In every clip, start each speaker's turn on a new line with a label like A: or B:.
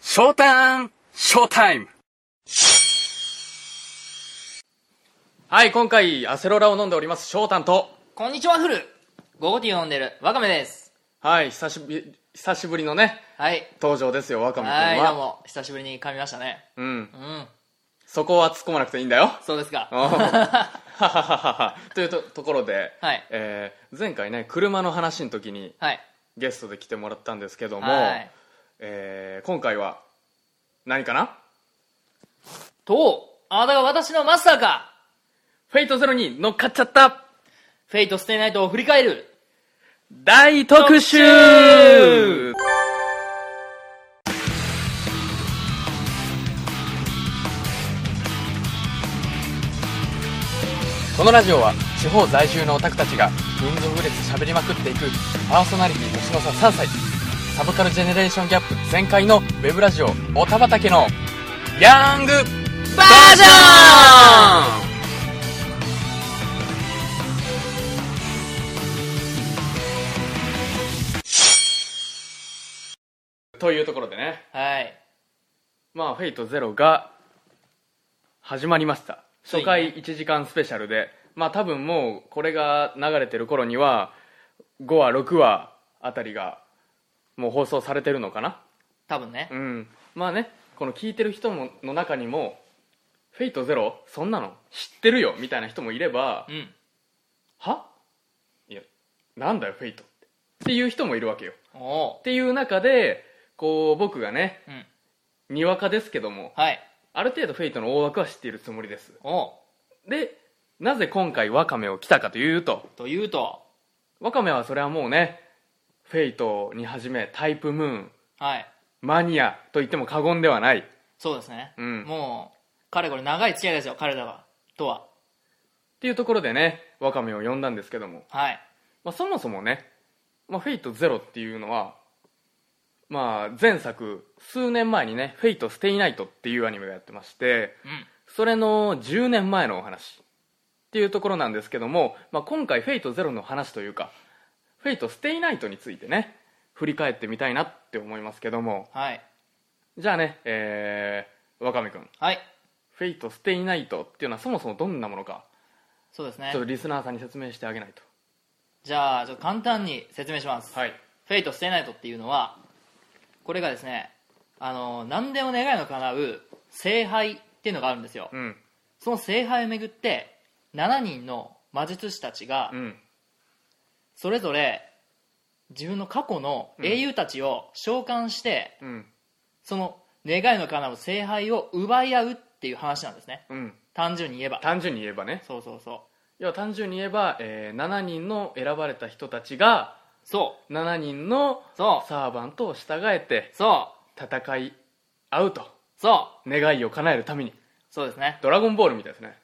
A: ショータンショータイムはい、今回、アセロラを飲んでおります、ショータンと、
B: こんにちは、フル午後ティーを飲んでる、ワカメです。
A: はい、久しぶり、久しぶりのね、
B: はい。
A: 登場ですよ、ワカメ君
B: はい、どう
A: は。
B: も。久しぶりに噛みましたね。
A: うん。
B: うん。
A: そこは突っ込まなくていいんだよ。
B: そうですか。
A: おうははははというとところで、
B: はい
A: えー前回ね車の話の時に
B: はい。
A: ゲストで来てもらったんですけども、
B: はい。
A: えー今回は何かな
B: と、あなたが私のマスターか
A: フェイトゼロに乗っかっちゃった
B: フェイトステイナイトを振り返る
A: 大特集
B: 特
A: このラジオは地方在住のオタクたちが群像ぶれず喋りまくっていくパーソナリティ年の差3歳サブカルジェネレーションギャップ全開のウェブラジオオタ畑のヤング
B: バ
A: バージョンというところでね
B: はい。
A: まあ「フェイトゼロが始まりました
B: つ
A: 初
B: いに
A: 回1時間スペシャルでまあ多分もうこれが流れてる頃には5話6話あたりがもう放送されてるのかな
B: 多分ね
A: う。んまあねこの聞いてる人もの中にも「フェイトゼロそんなの知ってるよ」みたいな人もいれば
B: うん。
A: 「はいやなんだよフェイトって」っていう人もいるわけよ
B: お
A: っ
B: う。
A: ていう中でこう僕がね
B: うん。
A: にわかですけども
B: はい。
A: ある程度フェイトの大枠は知っているつもりです
B: おう。
A: でなぜ今回ワカメを来たかというと
B: というと、
A: ワカメはそれはもうねフェイトに始めタイプムーン
B: はい。
A: マニアと言っても過言ではないっ
B: そうですね。
A: うん
B: もう、かれこれ長い付き合いですよ、彼らは。とは。
A: ていうところでねワカメを呼んだんですけども、
B: はい。
A: まあ、そもそもね、まあ、フェイトゼロっていうのはまあ前作数年前にね「フェイトステイナイト」っていうアニメがやってまして
B: うん。
A: それの10年前のお話っていうところなんですけども、まあ、今回「フェイトゼロの話というか「フェイトステイナイトについてね振り返ってみたいなって思いますけども
B: はい。
A: じゃあねえー、わかめくん
B: はい。
A: 「フェイトステイナイト」っていうのはそもそもどんなものか
B: そうです
A: ちょ
B: ね
A: っと。リスナーさんに説明してあげないと
B: じゃあ、ちょっと簡単に説明します。
A: はい
B: フェイト・ステイナイトっていうのはこれがですねあの何でも願いの叶う聖杯っていうのがあるんですよ、
A: うん
B: その聖杯をめぐって7人の魔術師たちが
A: うん
B: それぞれ自分の過去の英雄たちを召喚して、
A: うん
B: その願いの叶う聖杯を奪い合うっていう話なんですね
A: うん
B: 単純に言えば
A: 単純に言えばね
B: そうそうそう
A: 要は単純に言えば、えー7人の選ばれた人たちが
B: そ
A: 7人の
B: うそう
A: サーバントを従えて
B: そう
A: 戦い合うと
B: そう
A: 願いを叶えるために
B: そうですね
A: ドラゴンボールみたいですね、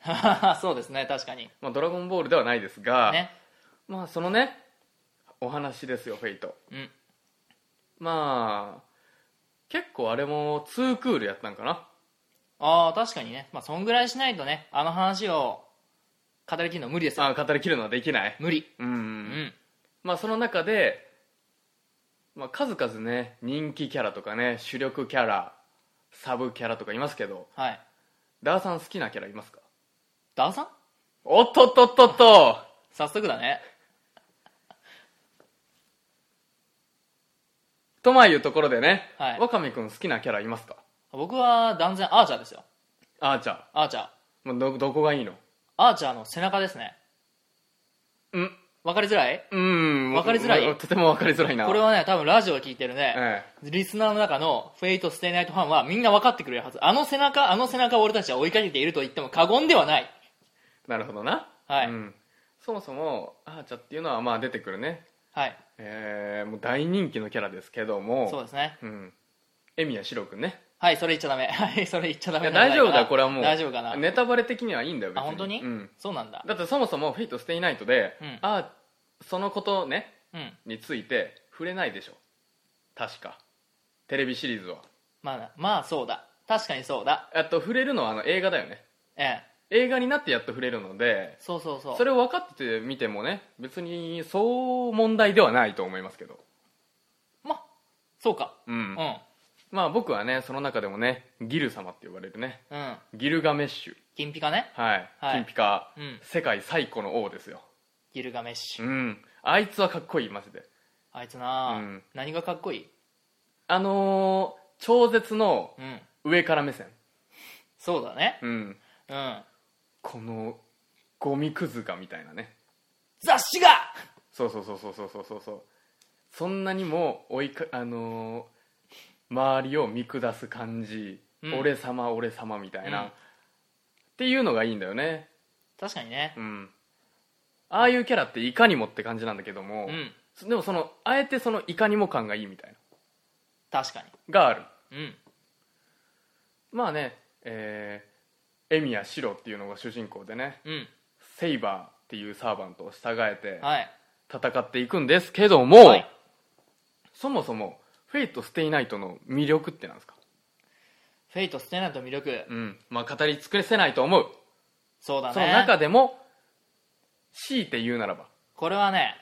B: そうですね確かに
A: まあ、ドラゴンボールではないですが、
B: ね
A: まあそのねお話ですよフェイト
B: うん
A: まあ結構あれも2クールやったんかな
B: ああ確かにねまあそんぐらいしないとねあの話を語りきるの無理ですよ
A: あ語りきるのはできない
B: 無理
A: うん、
B: うん
A: まあその中で、まあ、数々ね人気キャラとかね主力キャラサブキャラとかいますけど
B: はい
A: ダーさん好きなキャラいますか
B: ダーさん
A: おっとっとっとっと
B: 早速だね
A: とまあいうところでね、
B: はい
A: ワカメ君好きなキャラいますか
B: 僕は断然アーチャーですよ
A: あーちゃん
B: アーチャー
A: まあどどこがいいの
B: アーチャーの背中ですね
A: うん
B: わかりづらいう
A: ーん
B: わかりづらい
A: うんとてもわかりづらいな
B: これはね多分ラジオを聞いてるね、
A: え
B: リスナーの中のフェイト・ステイナイトファンはみんな分かってくれるはずあの背中あの背中を俺たちは追いかけていると言っても過言ではない
A: えなるほどな
B: はい
A: うんそもそもあーちゃんっていうのはまあ出てくるね
B: はい
A: えー、もう大人気のキャラですけども
B: そうですね
A: うんエミヤシロ君ね
B: はいそれ言っちゃダメ はいそれ言っちゃダ
A: い
B: メ
A: や
B: なん
A: 大
B: じゃ
A: 丈
B: ない
A: 夫
B: かな
A: だよこれはもう
B: 大丈夫かな
A: ネタバレ的にはいいんだよ別
B: あ本当に、
A: うん、
B: そうなんだ
A: だってそもそも「フェイトしていないとで、
B: うん
A: あーそのことね
B: うん
A: について触れないでしょ確かテレビシリーズは
B: まあな、まあそうだ。確かにそうだ。
A: やっと触れるのはあの映画だよね
B: ええ。
A: 映画になってやっと触れるので
B: そうそうそう。
A: それを分かってみてもね別にそう問題ではないと思いますけど
B: まあ、そうか。
A: うん、
B: うん。
A: まあ僕はねその中でもねギル様って呼ばれるね
B: うん
A: ギルガメッシュ
B: 金ピカね
A: はい、
B: はい
A: 金ピカ、
B: うん
A: 世界最古の王ですよ
B: ギルガメッシュ
A: うんあいつはかっこいいマジで
B: あいつなあ、
A: うん
B: 何がかっこいい
A: あのー、超絶の
B: うん
A: 上から目線
B: そうだね
A: うん
B: うん
A: このゴミくずがみたいなね
B: 雑誌が
A: そうそうそうそうそうそうそうそうそんなにも追いかあのー周りを見下す感じ、
B: うん
A: 俺様俺様みたいな、
B: うん
A: っていうのがいいんだよね
B: 確かにね
A: うんああいうキャラっていかにもって感じなんだけども、
B: うん
A: でもそのあえてそのいかにも感がいいみたいな
B: 確か
A: がある
B: にうん
A: まあねえー、エミやシロっていうのが主人公でね
B: うん
A: セイバーっていうサーバントを従えて
B: はい
A: 戦っていくんですけども、
B: はい
A: そもそもフェイト・ステイナイトの魅力ってなんですか
B: フェイト捨てないと魅力、
A: うんまあ語り尽くせないと思う
B: そうだね
A: その中でも強いて言うならば
B: これはね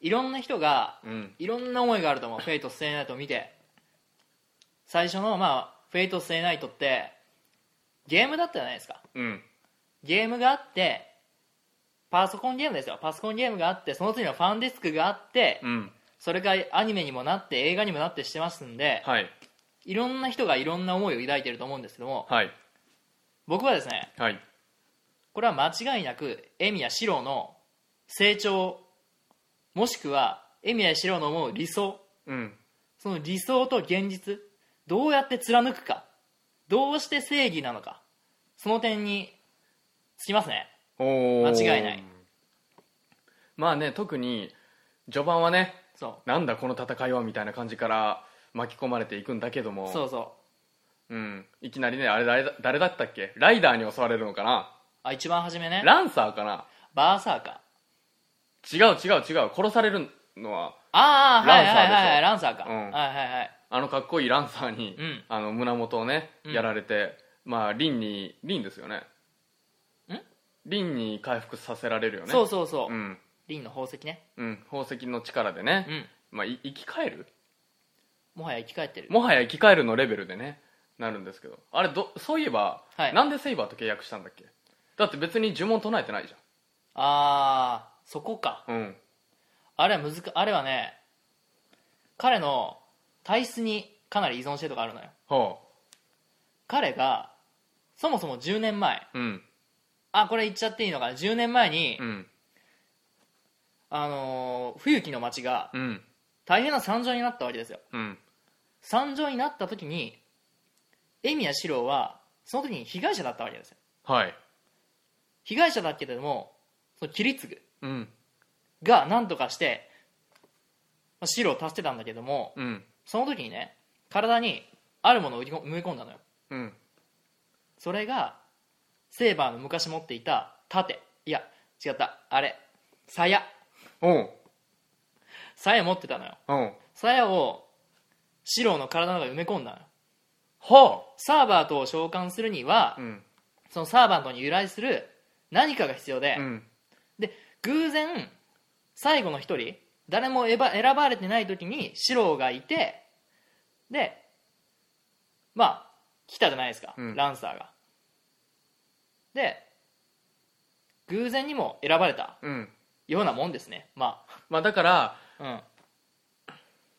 B: いろんな人が
A: うん
B: いろんな思いがあると思うフェイト・ステイ・ナイトを見て最初の、まあ、フェイト・ステイ・ナイトってゲームだったじゃないですか
A: うん
B: ゲームがあってパソコンゲームですよパソコンゲームがあってその次のファンディスクがあって、
A: うん
B: それがアニメにもなって映画にもなってしてますんで、
A: はい
B: い、ろんな人がいろんな思いを抱いてると思うんですけども
A: はい
B: 僕はですね
A: はい
B: これは間違いなくエミやシロの成長もしくはエミやシロの思う理想
A: うん
B: その理想と現実どうやって貫くかどうして正義なのかその点につきますね
A: おー
B: 間違いない
A: まあね特に序盤はね
B: そ
A: なんだこの戦いはみたいな感じから巻き込まれていくんだけど
B: う
A: も
B: そうそう
A: うん、いきなりねあれ誰だ誰だったっけライダーに襲われるのかな
B: あ一番初めね
A: ランサーかな
B: バーサーカー
A: 違う違う違う殺されるのは
B: ああはいはいはいはいラ
A: ラ
B: ンサーか、
A: う
B: はい
A: ん
B: はいはい
A: あのかっこいいランサーに、
B: うん
A: あの胸元をね
B: うん
A: やられて、まあリンにリンですよね
B: ん
A: リンに回復させられるよね
B: そうそうそう、
A: ん、
B: リンの宝石ね
A: うん、宝石の力でね
B: う、ん
A: まあ、い生き返る
B: もはや生き返ってる
A: もはや生き返るのレベルでねなるんですけどあれどそういえば、
B: はい
A: なんでセイバーと契約したんだっけだって別に呪文唱えてないじ
B: ああそこか
A: ゃんうん
B: あれはむずかあれはね彼の体質にかなり依存してるとこあるのよ
A: は
B: 彼がそもそも10年前
A: あうん
B: あこれ言っちゃっていいのかな10年前に、
A: うん
B: あのー冬木の町が
A: うん
B: 大変な惨状になったわけですよ
A: うん
B: 惨状になった時に恵美や四郎はその時に被害者だったわけですよ
A: はい
B: 被害者だけれどもその桐次
A: うん
B: が何とかしてまあ四郎を助けたんだけども
A: うん
B: その時にね体にあるものを埋め込んだのよ
A: うん
B: それがセーバーの昔持っていた盾いや違ったあれ鞘
A: おう
B: 鞘持ってたのよ
A: おう
B: 鞘をシローの体の中に埋め込んだのよ
A: は
B: サーバーとを召喚するには、
A: あうん
B: そのサーバーとに由来する何かが必要で、
A: うん
B: で偶然最後の一人誰も選ば選ばれてない時にシローがいてでまあ来たじゃないですか、
A: うん
B: ランサーがで偶然にも選ばれた
A: うん
B: ようなもんですねま
A: まあだから
B: あうん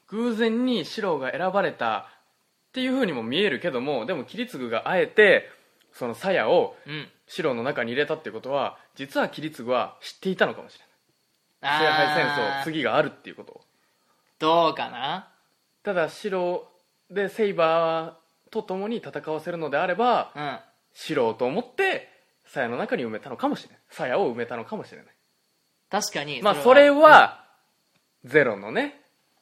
A: 偶然に四郎が選ばれたっていうふうにも見えるけどもでも桐次があえてその鞘を
B: うん
A: 四郎の中に入れたってことは実は桐次は知っていたのかもしれ
B: あ
A: ない
B: ー
A: 聖杯戦争次があるっていうことを
B: どうかな
A: ただ四郎でセイバーと共に戦わせるのであれば
B: うん
A: 四郎と思って鞘の中に埋めたのかもしれない鞘を埋めたのかもしれない
B: 確かに
A: まあそれはゼロのね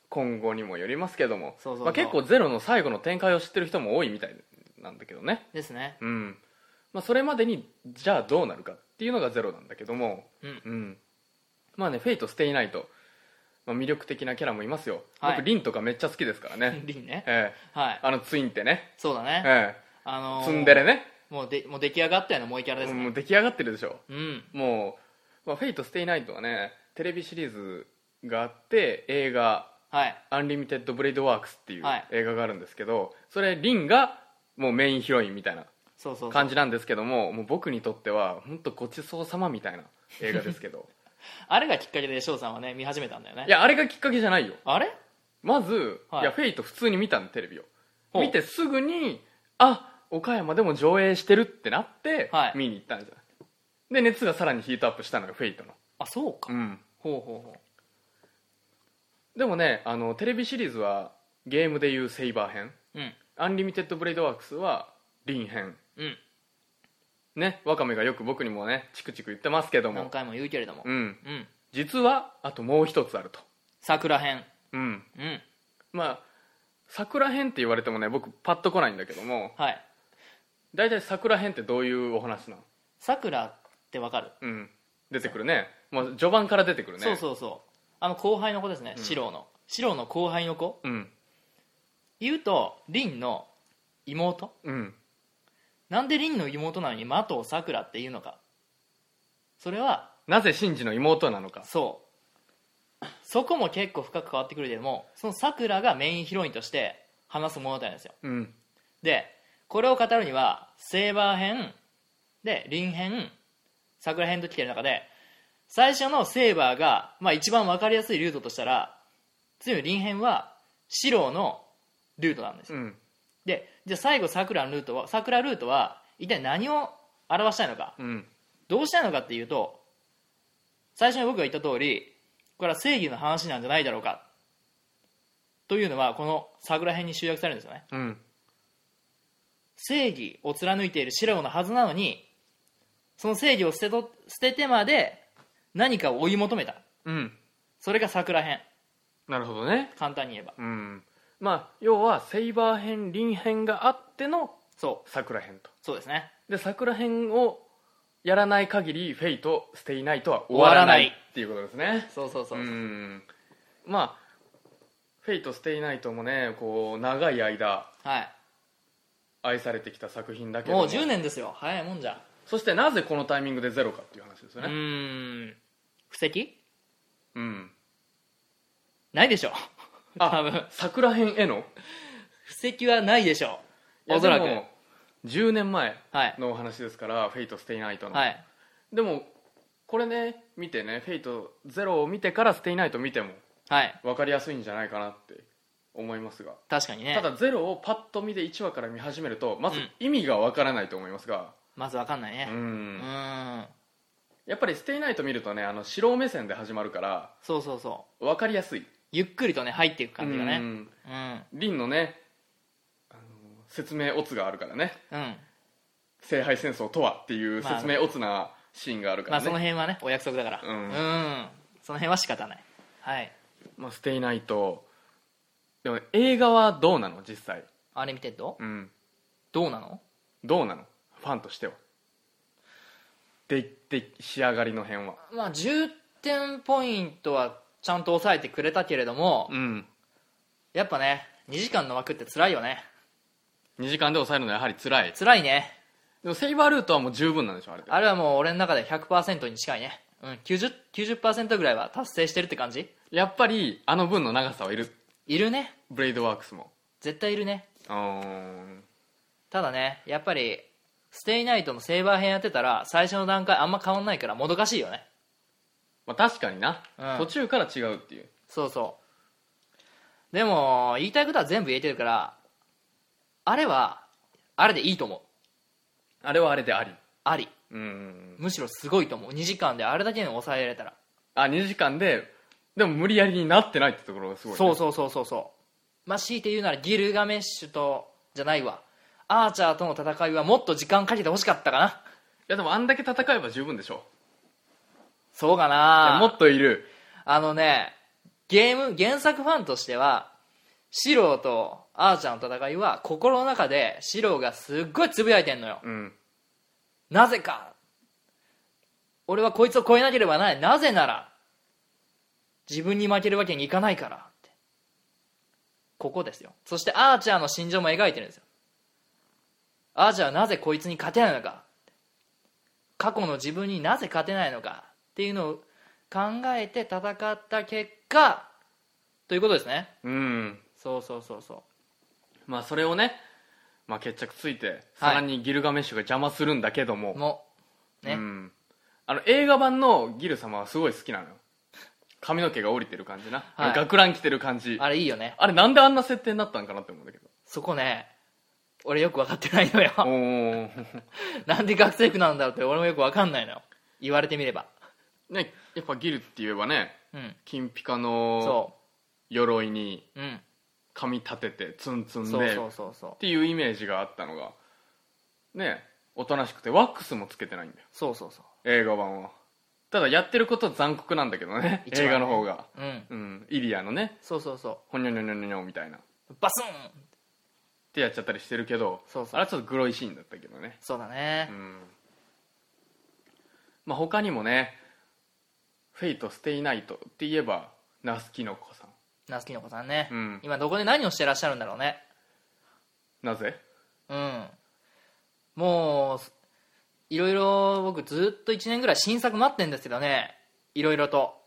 A: 今後にもよりますけども
B: そうそうそう
A: まあ、結構ゼロの最後の展開を知ってる人も多いみたいなんだけどね
B: ですね
A: うん、まあ、それまでにじゃあどうなるかっていうのがゼロなんだけども
B: うん
A: うんまあね「フェイトステイナイト」まあ、魅力的なキャラもいますよ、
B: はい
A: 僕リンとかめっちゃ好きですから ね
B: リンね
A: え
B: はい
A: えあのツインってね、
B: そうだね
A: え
B: あ
A: え
B: のー
A: ツンデレね
B: もうでもう出来上がったような萌えキャラです
A: もう
B: ね
A: 出来上がってるでしょ
B: うん
A: もう、まあ、フェイト・ステイ・ナイトはね、テレビシリーズがあって、映画、
B: はい
A: 「アンリミテッド・ブレイド・ワークス」っていう
B: はい
A: 映画があるんですけどそれリンがもうメインヒロインみたいな
B: そうそうそう
A: 感じなんですけどももう僕にとっては本当ごちそうさまみたいな映画ですけ ど
B: あれがきっかけで翔さんはね見始めたんだよね
A: いやあれがきっかけじゃないよ
B: あれ
A: まず、
B: はい
A: い、やフェイト普通に見たのテレビを
B: ほう
A: 見てすぐにあ岡山でも上映してるってなって、
B: はい
A: 見に行ったんじゃないで熱がさらにヒートアップしたのがフェイトの
B: あそうか、
A: うん
B: ほうほうほう
A: でもねあのテレビシリーズはゲームでいうセイバー編
B: うん
A: アンリミテッドブレイドワークスはリン編
B: うん
A: ねワカメがよく僕にもねチクチク言ってますけど
B: 何
A: も
B: 回も言うけれども
A: うん
B: うん
A: 実はあともう一つあると
B: 桜編
A: うん
B: うん
A: まあ桜編って言われてもね僕パッと来ないんだけども
B: はい
A: 大体桜編ってどういうお話なの
B: 桜ってわかる、
A: うん出てくるねまあ序盤から出てくるね
B: そうそうそうあの後輩の子ですね、四郎の四郎の後輩の子
A: うん
B: 言うと凛の妹
A: うん
B: なんで凛の妹なのに的を桜っていうのかそれは
A: なぜシンジの妹なのか
B: そうそこも結構深く変わってくるけどもその桜がメインヒロインとして話す物語なんですよ
A: うん
B: でこれを語るにはセーバー編で凛編桜編と来てる中で最初のセーバーが、まあ、一番分かりやすいルートとしたら次の凛編は四郎のルートなんですよ
A: うん
B: でじゃあ最後桜のルートは桜ルートは一体何を表したいのか
A: うん
B: どうしたいのかっていうと最初に僕が言った通りこれは正義の話なんじゃないだろうかというのはこの桜編に集約されるんですよね
A: うん
B: 正義を貫いている白のはずなのにその正義を捨てと捨ててまで何かを追い求めた
A: うん
B: それが桜編
A: なるほどね
B: 簡単に言えば
A: うんまあ要はセイバー編リン編があっての
B: そう
A: 桜編と
B: そうですね
A: で桜編をやらない限りフェイトステイナイトは終わらない
B: 終わらな
A: っていうことですね
B: そうそうそう、
A: んまあフェイトステイナイトもねこう長い間
B: は
A: 愛されてきた作品だ
B: い
A: けど
B: もう10年ですよ早いもんじゃ
A: そしてなぜこのタイミングでゼロかっていう話です
B: う
A: よね
B: ーん布石
A: うん、
B: ないでしょ
A: あ
B: 多分
A: 桜編への
B: 布石はないでしょ
A: いや
B: おそらく
A: でも10年前
B: はい
A: のお話ですから、フェイトステイナイトの、
B: はい
A: でもこれね見てねフェイトゼロを見てからステイナイト見ても
B: はい
A: 分かりやすいんじゃないかなって思いますが
B: 確かにね
A: ただゼロをパッと見で1話から見始めるとまず
B: うん
A: 意味がわからないと思いますが
B: まずわかんないうねうんーん
A: やっぱり「ステイナイト」見るとねあの素人目線で始まるから
B: そうそうそう
A: わかりやすい
B: ゆっくりとね入っていく感じが
A: う
B: ね
A: ん
B: うん
A: リンのねあの説明オツがあるからね
B: うん
A: 聖杯戦争とはっていう説明オツなシーンがあるか
B: まあ
A: ら
B: その
A: ね
B: 辺はねお約束だから
A: うん
B: んその辺は仕方ないはい
A: まあステイナイトでも映画はどうなの実際
B: あれ見てると
A: うん
B: どうなの
A: どうなのファンとしてはでで仕上がりの辺は
B: まあ10点ポイントはちゃんと抑えてくれたけれども
A: うん
B: やっぱね2時間の枠って辛いよね
A: 2時間で抑えるのはやはり辛い
B: 辛いね
A: でもセイバールートはもう十分なんでしょあれで
B: あれはもう俺の中で100%に近いねうん 90%, 90ぐらいは達成してるって感じ
A: やっぱりあの分の長さはいる
B: いるね
A: ブレイドワークスも
B: 絶対いるね
A: うーん
B: ただねやっぱりステイナイトのセーバー編やってたら最初の段階あんま変わんないからもどかしいよね
A: まあ確かにな、
B: うん
A: 途中から違うっていう
B: そうそうでも言いたいことは全部言えてるからあれはあれでいいと思う
A: あれはあれであり
B: あり
A: うん
B: むしろすごいと思う2時間であれだけの抑えられたら
A: あ2時間ででも無理やりになってないってところがすごいね、
B: そうそうそうそうそうまあ強いて言うならギルガメッシュとじゃないわアーチャーとの戦いはもっと時間かけてほしかったかない
A: やでもあんだけ戦えば十分でしょ
B: そうか
A: い
B: な
A: やもっといる
B: あのね、ゲーム、原作ファンとしては、シローとアーチャーの戦いは、心の中でシローがすっごいつぶやいてんのよ。
A: うん
B: なぜか俺はこいつを超えなければならない。なぜなら、自分に負けるわけにいかないからって。ここですよ。そしてアーチャーの心情も描いてるんですよ。アーチャーはなぜこいつに勝てないのか。過去の自分になぜ勝てないのかっていうのを考えて戦った結果、ということですね
A: うん
B: そうそうそうそう
A: まあそれをね、まあ、決着ついて
B: はい
A: さらにギルガメッシュが邪魔するんだけども、
B: もね
A: うん、あの映画版のギル様はすごい好きなのよ髪の毛が降りてる感じな、
B: はい
A: 学ラン着てる感じ
B: あれいいよね
A: あれなんであんな設定になったんかなって思うんだけど
B: そこね俺よく分かってないのよ
A: おー
B: なんで学生服なんだろうって俺もよく分かんないのよ言われてみれば
A: ねやっぱギルって言えばね
B: うん
A: 金ピカの
B: そ
A: 鎧に
B: ううん
A: 髪立ててツンツン
B: そう
A: で
B: そう
A: っ
B: そうそう
A: ていうイメージがあったのがねおとなしくてワックスもつけてないんだよ
B: そうそうそ
A: 映画版はただやってることは残酷なんだけどね
B: 一番
A: 映画の方が
B: ううん
A: うんイリアのね
B: そうそうそ
A: ほにょにょにょにょにょみたいなっ
B: うバスン
A: てやっちゃったりしてるけど
B: そうそ
A: あれ
B: う
A: はちょっとグロいシーンだったけどね
B: そうだね
A: うんまあ他にもね「フェイトステイナイト」って言えばナスキノコさん
B: ナスキノコさんね、
A: うん
B: 今どこで何をしてらっしゃるんだろうね
A: なぜ
B: うんもうすいろいろ僕ずっと1年ぐらい新作待ってんですけどねいろいろと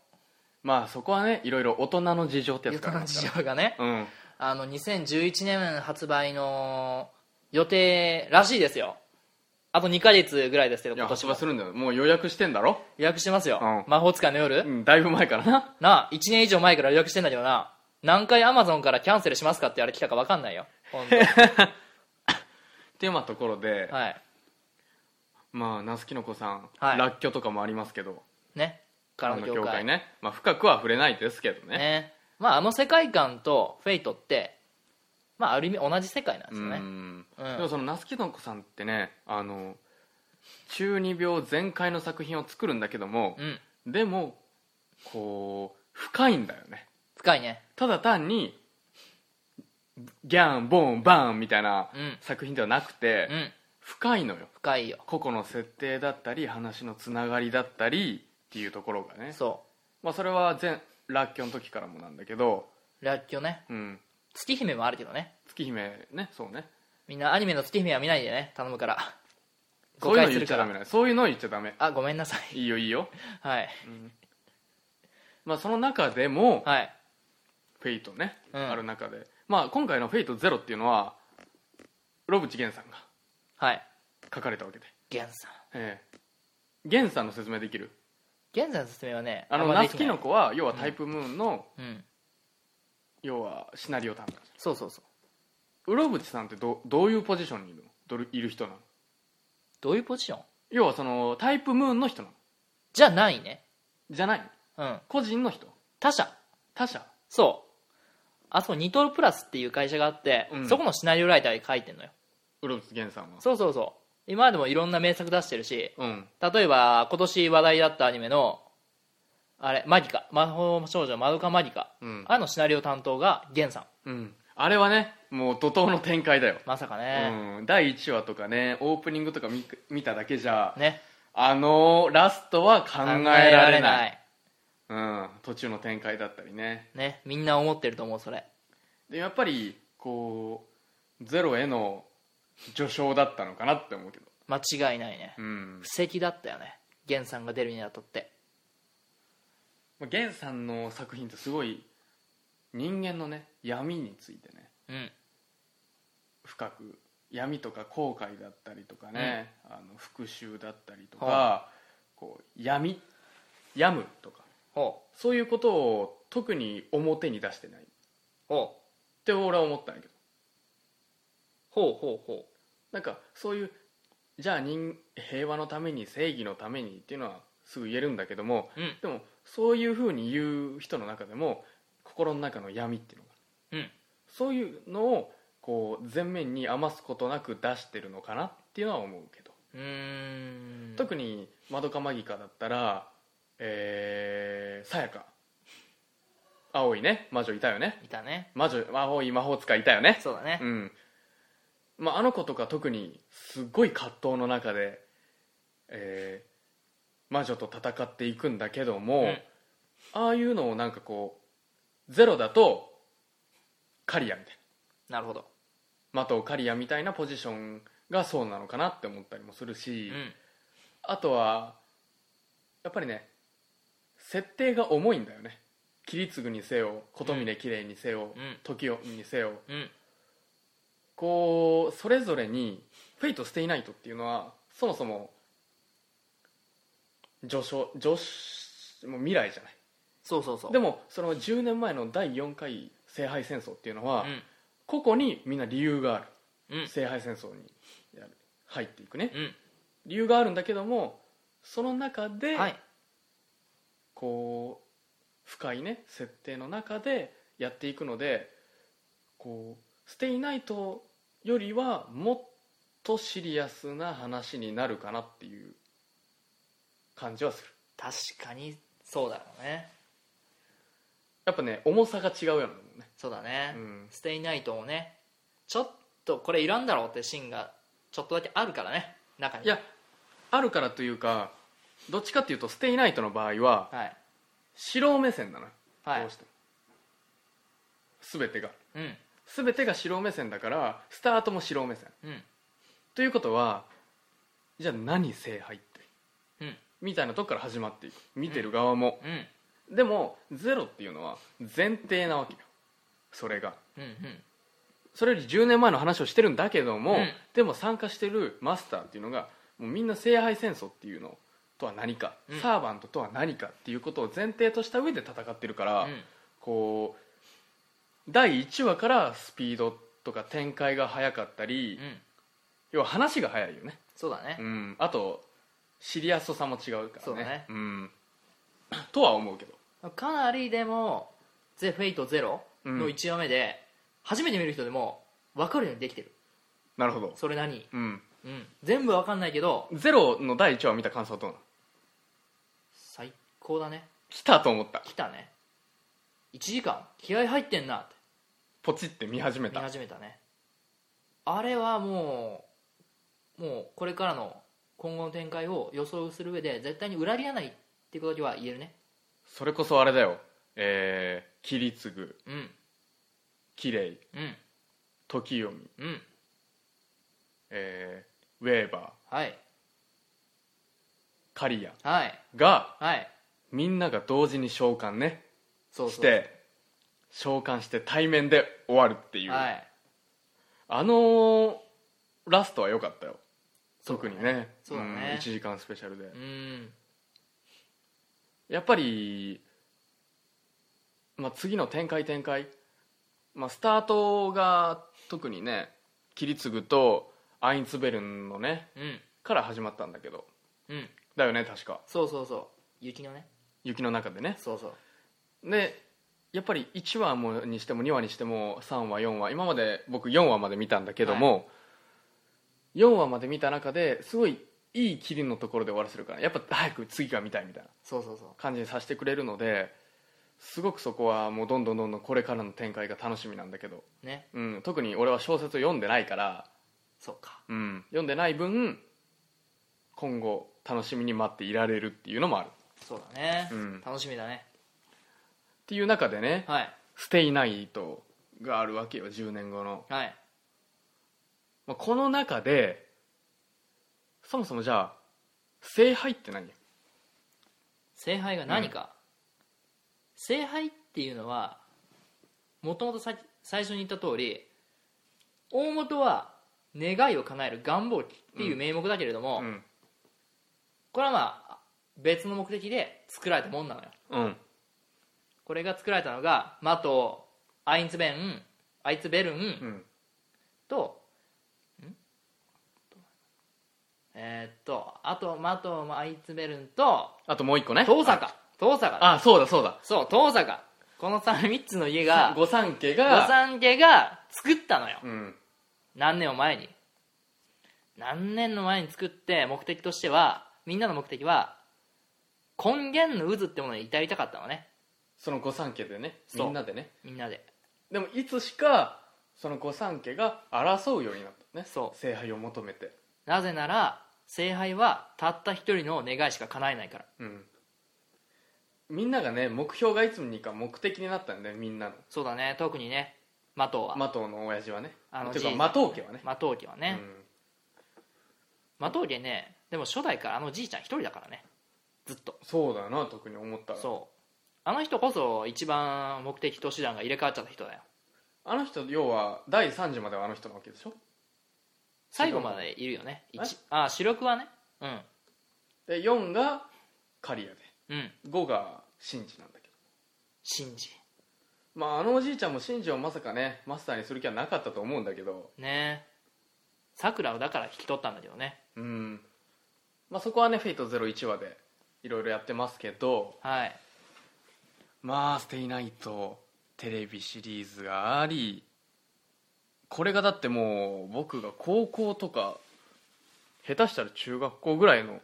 A: まあそこはねいろいろ大人の事情ってや
B: 大
A: つ
B: 人
A: から
B: の事情がね
A: うん
B: あの2011年発売の予定らしいですよあと2ヶ月ぐらいですけど
A: いや
B: 今年
A: 発
B: は
A: 売するんだよもう予約してんだろ、
B: 予約してますよ、
A: うん
B: 魔法使いの夜、
A: うん、だいぶ前からな
B: なあ1年以上前から予約してんだけどな何回アマゾンからキャンセルしますかってあれ来たか分かんないよ本 当
A: っていうまあところで、
B: はい
A: まあナスキノコさん、
B: はい
A: らっきょうとかもありますけど
B: ねからの業界ね
A: ね、まあ、深くは触れないですけどね
B: まああの世界観とフェイトってまあある意味同じ世界なんで
A: う
B: すよね
A: ん
B: うん
A: でもそのナスキノコさんってねあの中二病全開の作品を作るんだけども
B: う、ん
A: でもこう深いんだよね
B: 深いね
A: ただ単にギャンボンバンみたいな
B: うん
A: 作品ではなくて、
B: うん
A: 深いのよ
B: 深いよ
A: 個々の設定だったり話のつながりだったりっていうところがね
B: そ
A: まあ、それは前ラッキョの時からもなんだけど、
B: うラッキョね
A: うん、
B: 月姫もあるけどね
A: 月姫ねそうね
B: みんなアニメの月姫は見ないでね頼むから
A: そ
B: 誤
A: ういうの
B: 解す
A: 言っ
B: る
A: ちゃ
B: か
A: ダメ
B: ら
A: ねそういうの言っちゃダメ
B: あごめんなさい
A: いいよいいよ
B: はい
A: まあその中でも
B: はい
A: フェイトね、
B: うん
A: ある中でまあ今回の「フェイトゼロっていうのはロブチゲンさんが
B: はい
A: 書かれたわけで
B: ゲンさん
A: ええゲンさんの説明できる
B: ゲンさんの説明はね
A: あの
B: んま
A: ナ
B: で
A: ス
B: き
A: キ
B: ない
A: ノコは要はタイプムーンの、
B: うん
A: 要はシナリオ担当
B: そうそうそう
A: ウロブチさんってどどういうポジションにいるのどれいる人なの
B: どういうポジション
A: 要はそのタイプムーンの人なの
B: じゃないね
A: じゃない
B: うん
A: 個人の人
B: 他社
A: 他者
B: そうあそこニトロプラスっていう会社があって、
A: うん
B: そこのシナリオライターで書いてんのよ
A: ウロブチゲンさんは
B: そうそうそう今までもいろんな名作出してるし
A: うん
B: 例えば今年話題だったアニメのあれマギカ魔法少女マドカマギカ、
A: うん
B: あのシナリオ担当がゲンさん
A: うんあれはねもう怒涛の展開だよ、
B: まさかね、
A: うん、第1話とかねオープニングとか見見ただけじゃ
B: ね
A: あのラストは考えられない
B: い
A: うん、途中の展開だったりね
B: ねみんな思ってると思うそれ
A: でやっぱりこうゼロへの序章だったのかなって思うけど
B: 間違いないね
A: うん
B: 布石だったよねゲンさんが出るにあたって
A: まあ源さんの作品ってすごい人間のね闇についてね
B: うん
A: 深く闇とか後悔だったりとかね、あの復讐だったりとか、
B: は
A: こう闇病むとか
B: ほ
A: そういうことを特に表に出してないっ
B: うほう
A: て俺は思ったんやけど
B: ほうほうほ
A: なんかそういうじゃあ人平和のために正義のためにっていうのはすぐ言えるんだけども
B: ううん
A: でもそういうふうに言う人の中でも心の中の闇っていうのが
B: うん
A: そういうのをこう前面に余すことなく出してるのかなっていうのは思うけど、
B: うーん
A: 特に「まどかマギカ」だったらえーさやか青いね魔女いたよね
B: いたね
A: 魔女青い魔法使いいたよね
B: そうだね
A: うんまあ、あの子とか特にすごい葛藤の中で、えー魔女と戦っていくんだけども、
B: うん
A: ああいうのをなんかこうゼロだとカリアみたい
B: なるほど
A: な的をカリアみたいなポジションがそうなのかなって思ったりもする
B: う
A: し、
B: ん
A: あとはやっぱりね設定が重いんだよね桐次にせよ琴峰綺麗にせよ、
B: うん
A: 時代にせよ
B: うん
A: こうそれぞれにフェイトステイナイトっていうのはそもそも序章序章もう未来じゃない
B: そうそうそう
A: でもその10年前の第4回聖杯戦争っていうのは、
B: うん
A: 個々にみんな理由がある、
B: うん
A: 聖杯戦争にやる入っていくね、
B: うん
A: 理由があるんだけどもその中で、
B: はい
A: こう深いね設定の中でやっていくのでこうステイナイトよりはもっとシリアスな話になるかなっていう感じはする
B: 確かにそうだろうね
A: やっぱね重さが違うやろうね
B: そうだね、
A: うん
B: ステイナイトもねちょっとこれいらんだろうってシーンがちょっとだけあるからね中に
A: いやあるからというかどっちかっていうとステイナイトの場合は
B: はい
A: 素人目線なのよ、
B: はい
A: どうしても全てが
B: うん
A: 全てが素人目線だからスタートも素人目線
B: うん
A: ということはじゃあ何聖杯って
B: うん
A: みたいなとこから始まっていく見てる側も、
B: うん
A: でもゼロっていうのは前提なわけよそれが
B: うんうん
A: それより10年前の話をしてるんだけども、
B: うん
A: でも参加してるマスターっていうのがもうみんな聖杯戦争っていうのとは何か、
B: うん
A: サーバントとは何かっていうことを前提とした上で戦ってるから、
B: うん
A: こう第1話からスピードとか展開が速かったり、
B: うん
A: 要は話が速いよね
B: そうだね
A: うん、あとシリアスさも違うからね
B: そうね
A: ん、とは思うけど
B: かなりでも「ゼ・フェイトゼロの1話目で、初めて見る人でも分かるようにできてる
A: なるほど、
B: それなりに、
A: うん、
B: うん、全部分かんないけど
A: ゼロの第1話を見た感想はどうなの
B: 最高だね
A: 来たと思った
B: 来たね1時間気合入ってんなって
A: ポチって見始め
B: 見
A: た
B: 始めたねあれはもうもうこれからの今後の展開を予想する上で絶対に裏切らないってことだけは言えるね
A: それこそあれだよえー、キリツグ
B: うん
A: キレイ
B: うん
A: 時読み、
B: うん
A: えー、ウェーバー
B: はい
A: カリア
B: はい
A: が
B: はい
A: みんなが同時に召喚ね
B: そうそう
A: して召喚して対面で終わるっていう、
B: はい
A: あのラストは良かったよ
B: そうだ
A: 特
B: ね
A: にね
B: そうだね
A: 1時間スペシャルで、
B: うん
A: やっぱり、まあ、次の展開展開、まあ、スタートが特にね桐次とアインツベルンのね
B: うん
A: から始まったんだけど
B: うん
A: だよね確か
B: そうそうそう雪のね
A: 雪の中でね
B: そうそう
A: でやっぱり1話もにしても2話にしても3話4話今まで僕4話まで見たんだけども、4話まで見た中ですごいいい切りのところで終わらせるからやっぱ早く次が見たいみたいな
B: そうそうそ
A: 感じにさせてくれるのですごくそこはもうどんどんどんどんこれからの展開が楽しみなんだけど、
B: うね
A: うん、特に俺は小説を読んでないから、
B: そうか
A: うん、読んでない分今後楽しみに待っていられるっていうのもあるっ
B: そうだね、
A: うん
B: 楽しみだね
A: ていう中でね
B: はい
A: ステイナイトがあるわけよ10年後の、
B: はい
A: まあ、この中でそもそもじゃあ聖杯って何
B: 聖杯が何か、聖杯っていうのはもともとさ最初に言った通り大元は願いを叶える願望期っていう名目だけれども、
A: うん
B: これはまあ別の目的で作られたもんなのよ
A: うん
B: これが作られたのがマトアインツベンアイツベルン、
A: うん
B: とんえーっとあとマトアイツベルンと
A: あともう一個ね
B: 遠坂遠坂だ
A: あそうだそうだ
B: そう遠坂この三3つの家が
A: 御三家
B: 御
A: が
B: 三家が作ったのよ
A: うん
B: 何年も前に何年の前に作って目的としてはみんなの目的は根源の渦ってものに至りたかったのね
A: その御三家でね
B: そ
A: み
B: うん
A: なでね
B: みんなで
A: でもいつしかその御三家が争うようになったね
B: そう
A: 聖杯を求めて
B: なぜなら聖杯はたった一人の願いしか叶えないから
A: うんみんながね目標がいつにか目的になったんだよみんなの
B: そうだね特にねマトウは
A: マトウの親父はね
B: あの
A: ていうか
B: じい
A: マトウ家はね
B: マトウ家はね、マトウ家ねでも初代からあのじいちゃん一人だからねずっと
A: そうだよな特に思ったら
B: そうあの人こそ一番目的と手段が入れ替わっちゃった人だよ
A: あの人要は第3次まではあの人なわけでしょ
B: 最後までいるよね一あ主力はねうん
A: で4が刈谷で
B: うん
A: 5が真治なんだけど
B: 信じ
A: まああのおじいちゃんも真治をまさかねマスターにする気はなかったと思うんだけど
B: ねさくらをだから引き取ったんだけどね
A: うんまあそこはね「フェイト01話でいろいろやってますけど
B: はい
A: まあ「ステイナイト」テレビシリーズがありこれがだってもう僕が高校とか下手したら中学校ぐらいの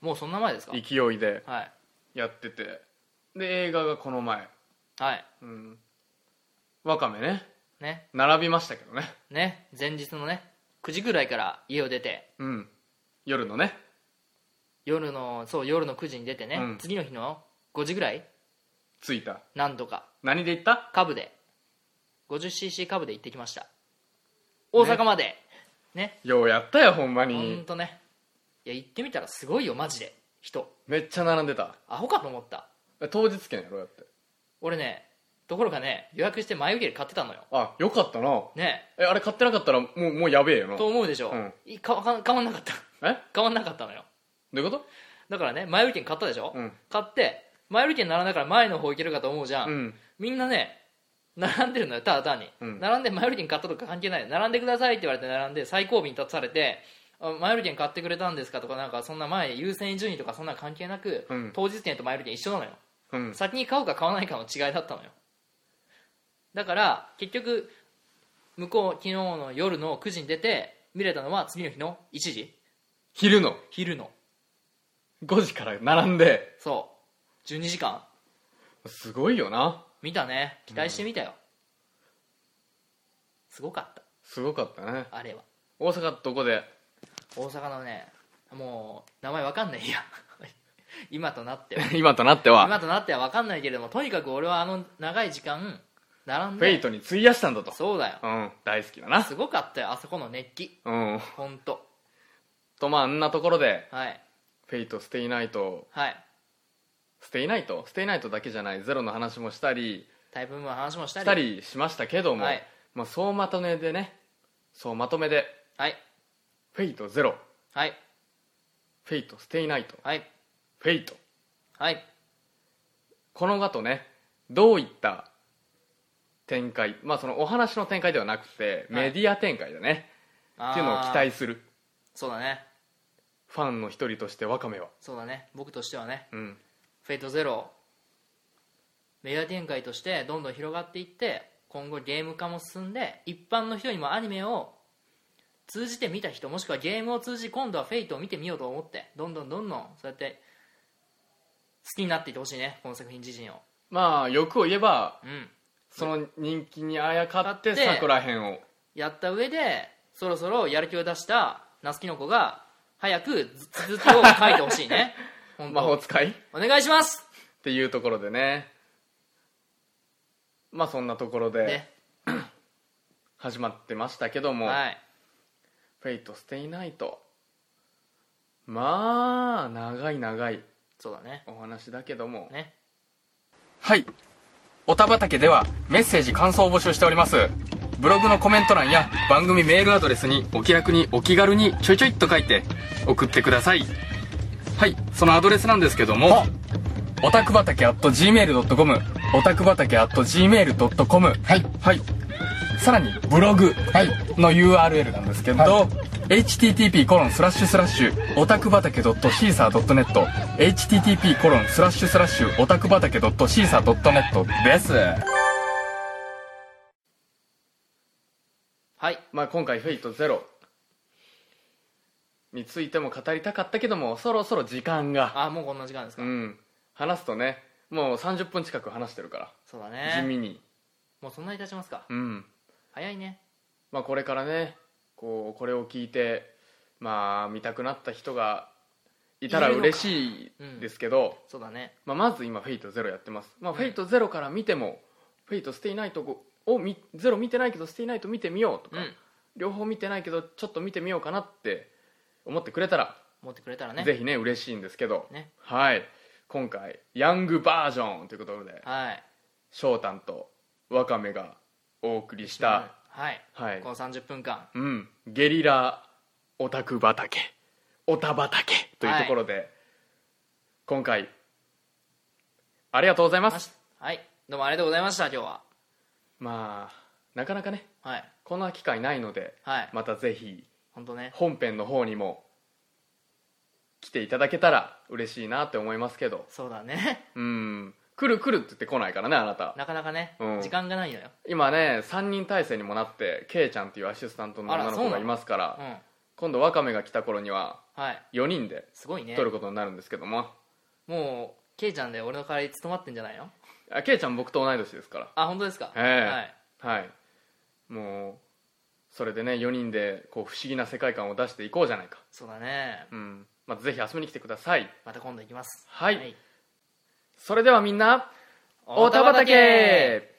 B: もうそんな前ですか
A: 勢いで
B: はい
A: やっててで映画がこの前
B: はい
A: うんわかめね
B: ね
A: 並びましたけどね
B: ね前日のね9時ぐらいから家を出て
A: うん夜のね
B: 夜のそう夜の9時に出てね、
A: うん
B: 次の日の5時ぐらい
A: 着いた
B: なんとか
A: 何で行った
B: 株で 50cc 株で行ってきました大阪までね
A: ようやったよほんま
B: ほ
A: に
B: んとねいや行ってみたらすごいよマジで人
A: めっちゃ並んでた
B: アホかと思った
A: 当日券やろだって
B: 俺ねところがね予約して前売りで買ってたのよ
A: あよかったな
B: ね
A: えあれ買ってなかったらもうもうやべえよな
B: と思うでしょ、
A: うん
B: いかか変わんなかった
A: え
B: 変わんなかったのよ
A: どういうこ
B: だからね前売り券買ったでしょ、
A: うん
B: 買って前売り券並んだから前の方行けるかと思うじゃ
A: と
B: ん、
A: うん
B: みんなね並んでるのよただ単に、
A: うん
B: 並んで前売り券買ったとか関係ないの並んでくださいって言われて並んで最後尾に立たされてあ前売り券買ってくれたんですかとかなんかそんな前優先順位とかそんな関係なく、
A: うん
B: 当日券と前売り券一緒なのよ
A: うん
B: 先に買うか買わないかの違いだったのよだから結局向こう昨日の夜の9時に出て見れたのは次の日の1時
A: 昼の
B: 昼の
A: 5時から並んで
B: そう12時間
A: すごいよな
B: 見たね期待してみたよ、すごかっ
A: すごかったね
B: たあれは
A: 大阪どこで
B: 大阪のねもう名前わかんないや 今となっては
A: 今となっては
B: 今となってはわかんないけれどもとにかく俺はあの長い時間並ん
A: フ
B: で
A: ェイトに費やしたんだと
B: そうだよ
A: うん大好きだな
B: すごかったよあそこの熱気
A: うん
B: ほんと
A: とまああんなところで
B: はい
A: フェイトステイナイト
B: はい
A: ステイナイトステイナイトだけじゃないゼロの話もしたり
B: タイプ分の話もした
A: し
B: り
A: たりしましたけども、
B: はい
A: まあ、総まとめでね総まとめで
B: はい
A: フェイトゼロ
B: はい
A: フェイトステイナイト
B: はい
A: フェイト
B: はい
A: この後ねどういった展開まあそのお話の展開ではなくて
B: はい
A: メディア展開だね、
B: あー
A: っていうのを期待する
B: そうだね
A: ファンの一人としてワカメは
B: そうだね僕としてはね
A: うん
B: フェイトゼロメディア展開としてどんどん広がっていって今後ゲーム化も進んで一般の人にもアニメを通じて見た人もしくはゲームを通じ今度はフェイトを見てみようと思ってどんどんどんどんそうやって好きになっていってほしいねこの作品自身を
A: まあ欲を言えば
B: うん
A: その人気にあやかって
B: 買って
A: 桜編を
B: やった上でそろそろやる気を出した夏キノコが早くず続きを書いてほしい ね本
A: 魔法
B: 当
A: 使い
B: お願いします
A: っていうところでねまあそんなところで
B: ね
A: 始まってましたけども、
B: はい
A: フェイトステイナイトまあ長い長い
B: そうだね
A: お話だけども
B: ね
A: はいおたばたけではメッセージ感想を募集しておりますブログのコメント欄や番組メールアドレスにお気楽にお気軽にちょいちょいっと書いて送ってくださいはいそのアドレスなんですけどもおたくばたけ at gmail.com おたくばたけ at gmail.com
C: はい。
A: はいさらにブログ
C: はい。
A: の URL なんですけど、
C: は
A: http コロンスラッシュスラッシュオタク畑 .caesar.net http コロンスラッシュスラッシュオタク畑 .caesar.net です
B: はい
A: まあ今回フェイトゼロについても語りたかったけどもそろそろ時間が
B: ああもうこんな時間ですか、
A: うん話すとねもう30分近く話してるか
B: そうだ
A: ら地
B: ね
A: 味に
B: もうそんなに経ちますか
A: うん
B: 早いね
A: まあ、これからねこうこれを聞いて、まあ、見たくなった人がいたら
B: いるのか
A: 嬉しいですけど、
B: そうだね
A: まあ、まず今「フェイトゼロやってます、まあ、フェイトゼロから見ても「フェイトステイナイトを見ゼロ見てないけど「ステイナイト見てみようと
B: う
A: か、
B: ん
A: 両方見てないけどちょっと見てみようかなって思ってくれたら、
B: 持ってくれたらね
A: ぜひね嬉しいんですけど、
B: ね
A: はい今回ヤングバージョンということで
B: はい
A: 翔太とワカメがお送りした、
B: はい、
A: はい
B: この30分間
A: うん、ゲリラオタク畑オタ畑というところで、今回ありがとうございます
B: はいどうもありがとうございました今日は
A: まあなかなかね
B: はい
A: こんな機会ないので、
B: はい
A: またぜひ
B: 本当ね
A: 本編の方にも来ていただけたら嬉しいなって思いますけど
B: そうだね
A: うん来る来るって言って来ないからねあなた
B: なかなかね、
A: うん
B: 時間がないのよ
A: 今ね3人体制にもなってケイちゃんっていうアシスタントの
B: あら
A: 女の
B: そう
A: 子
B: な
A: が
B: の
A: いますから
B: うん
A: 今度ワカメが来た頃には
B: はい
A: 4人です
B: ごいね
A: 撮ることになるんですけども、
B: もうケイちゃんで俺の代わり務まってんじゃないの
A: あケイちゃん僕と同い年ですか
B: あ本当ですか、
A: らええ
B: はい
A: はいもうそれでね4人でこう不思議な世界観を出していこうじゃないか
B: そうだね
A: うんまたぜひ遊びに来てください
B: また今度行きます
A: はいそれではみんなおたばた
B: 畑
A: け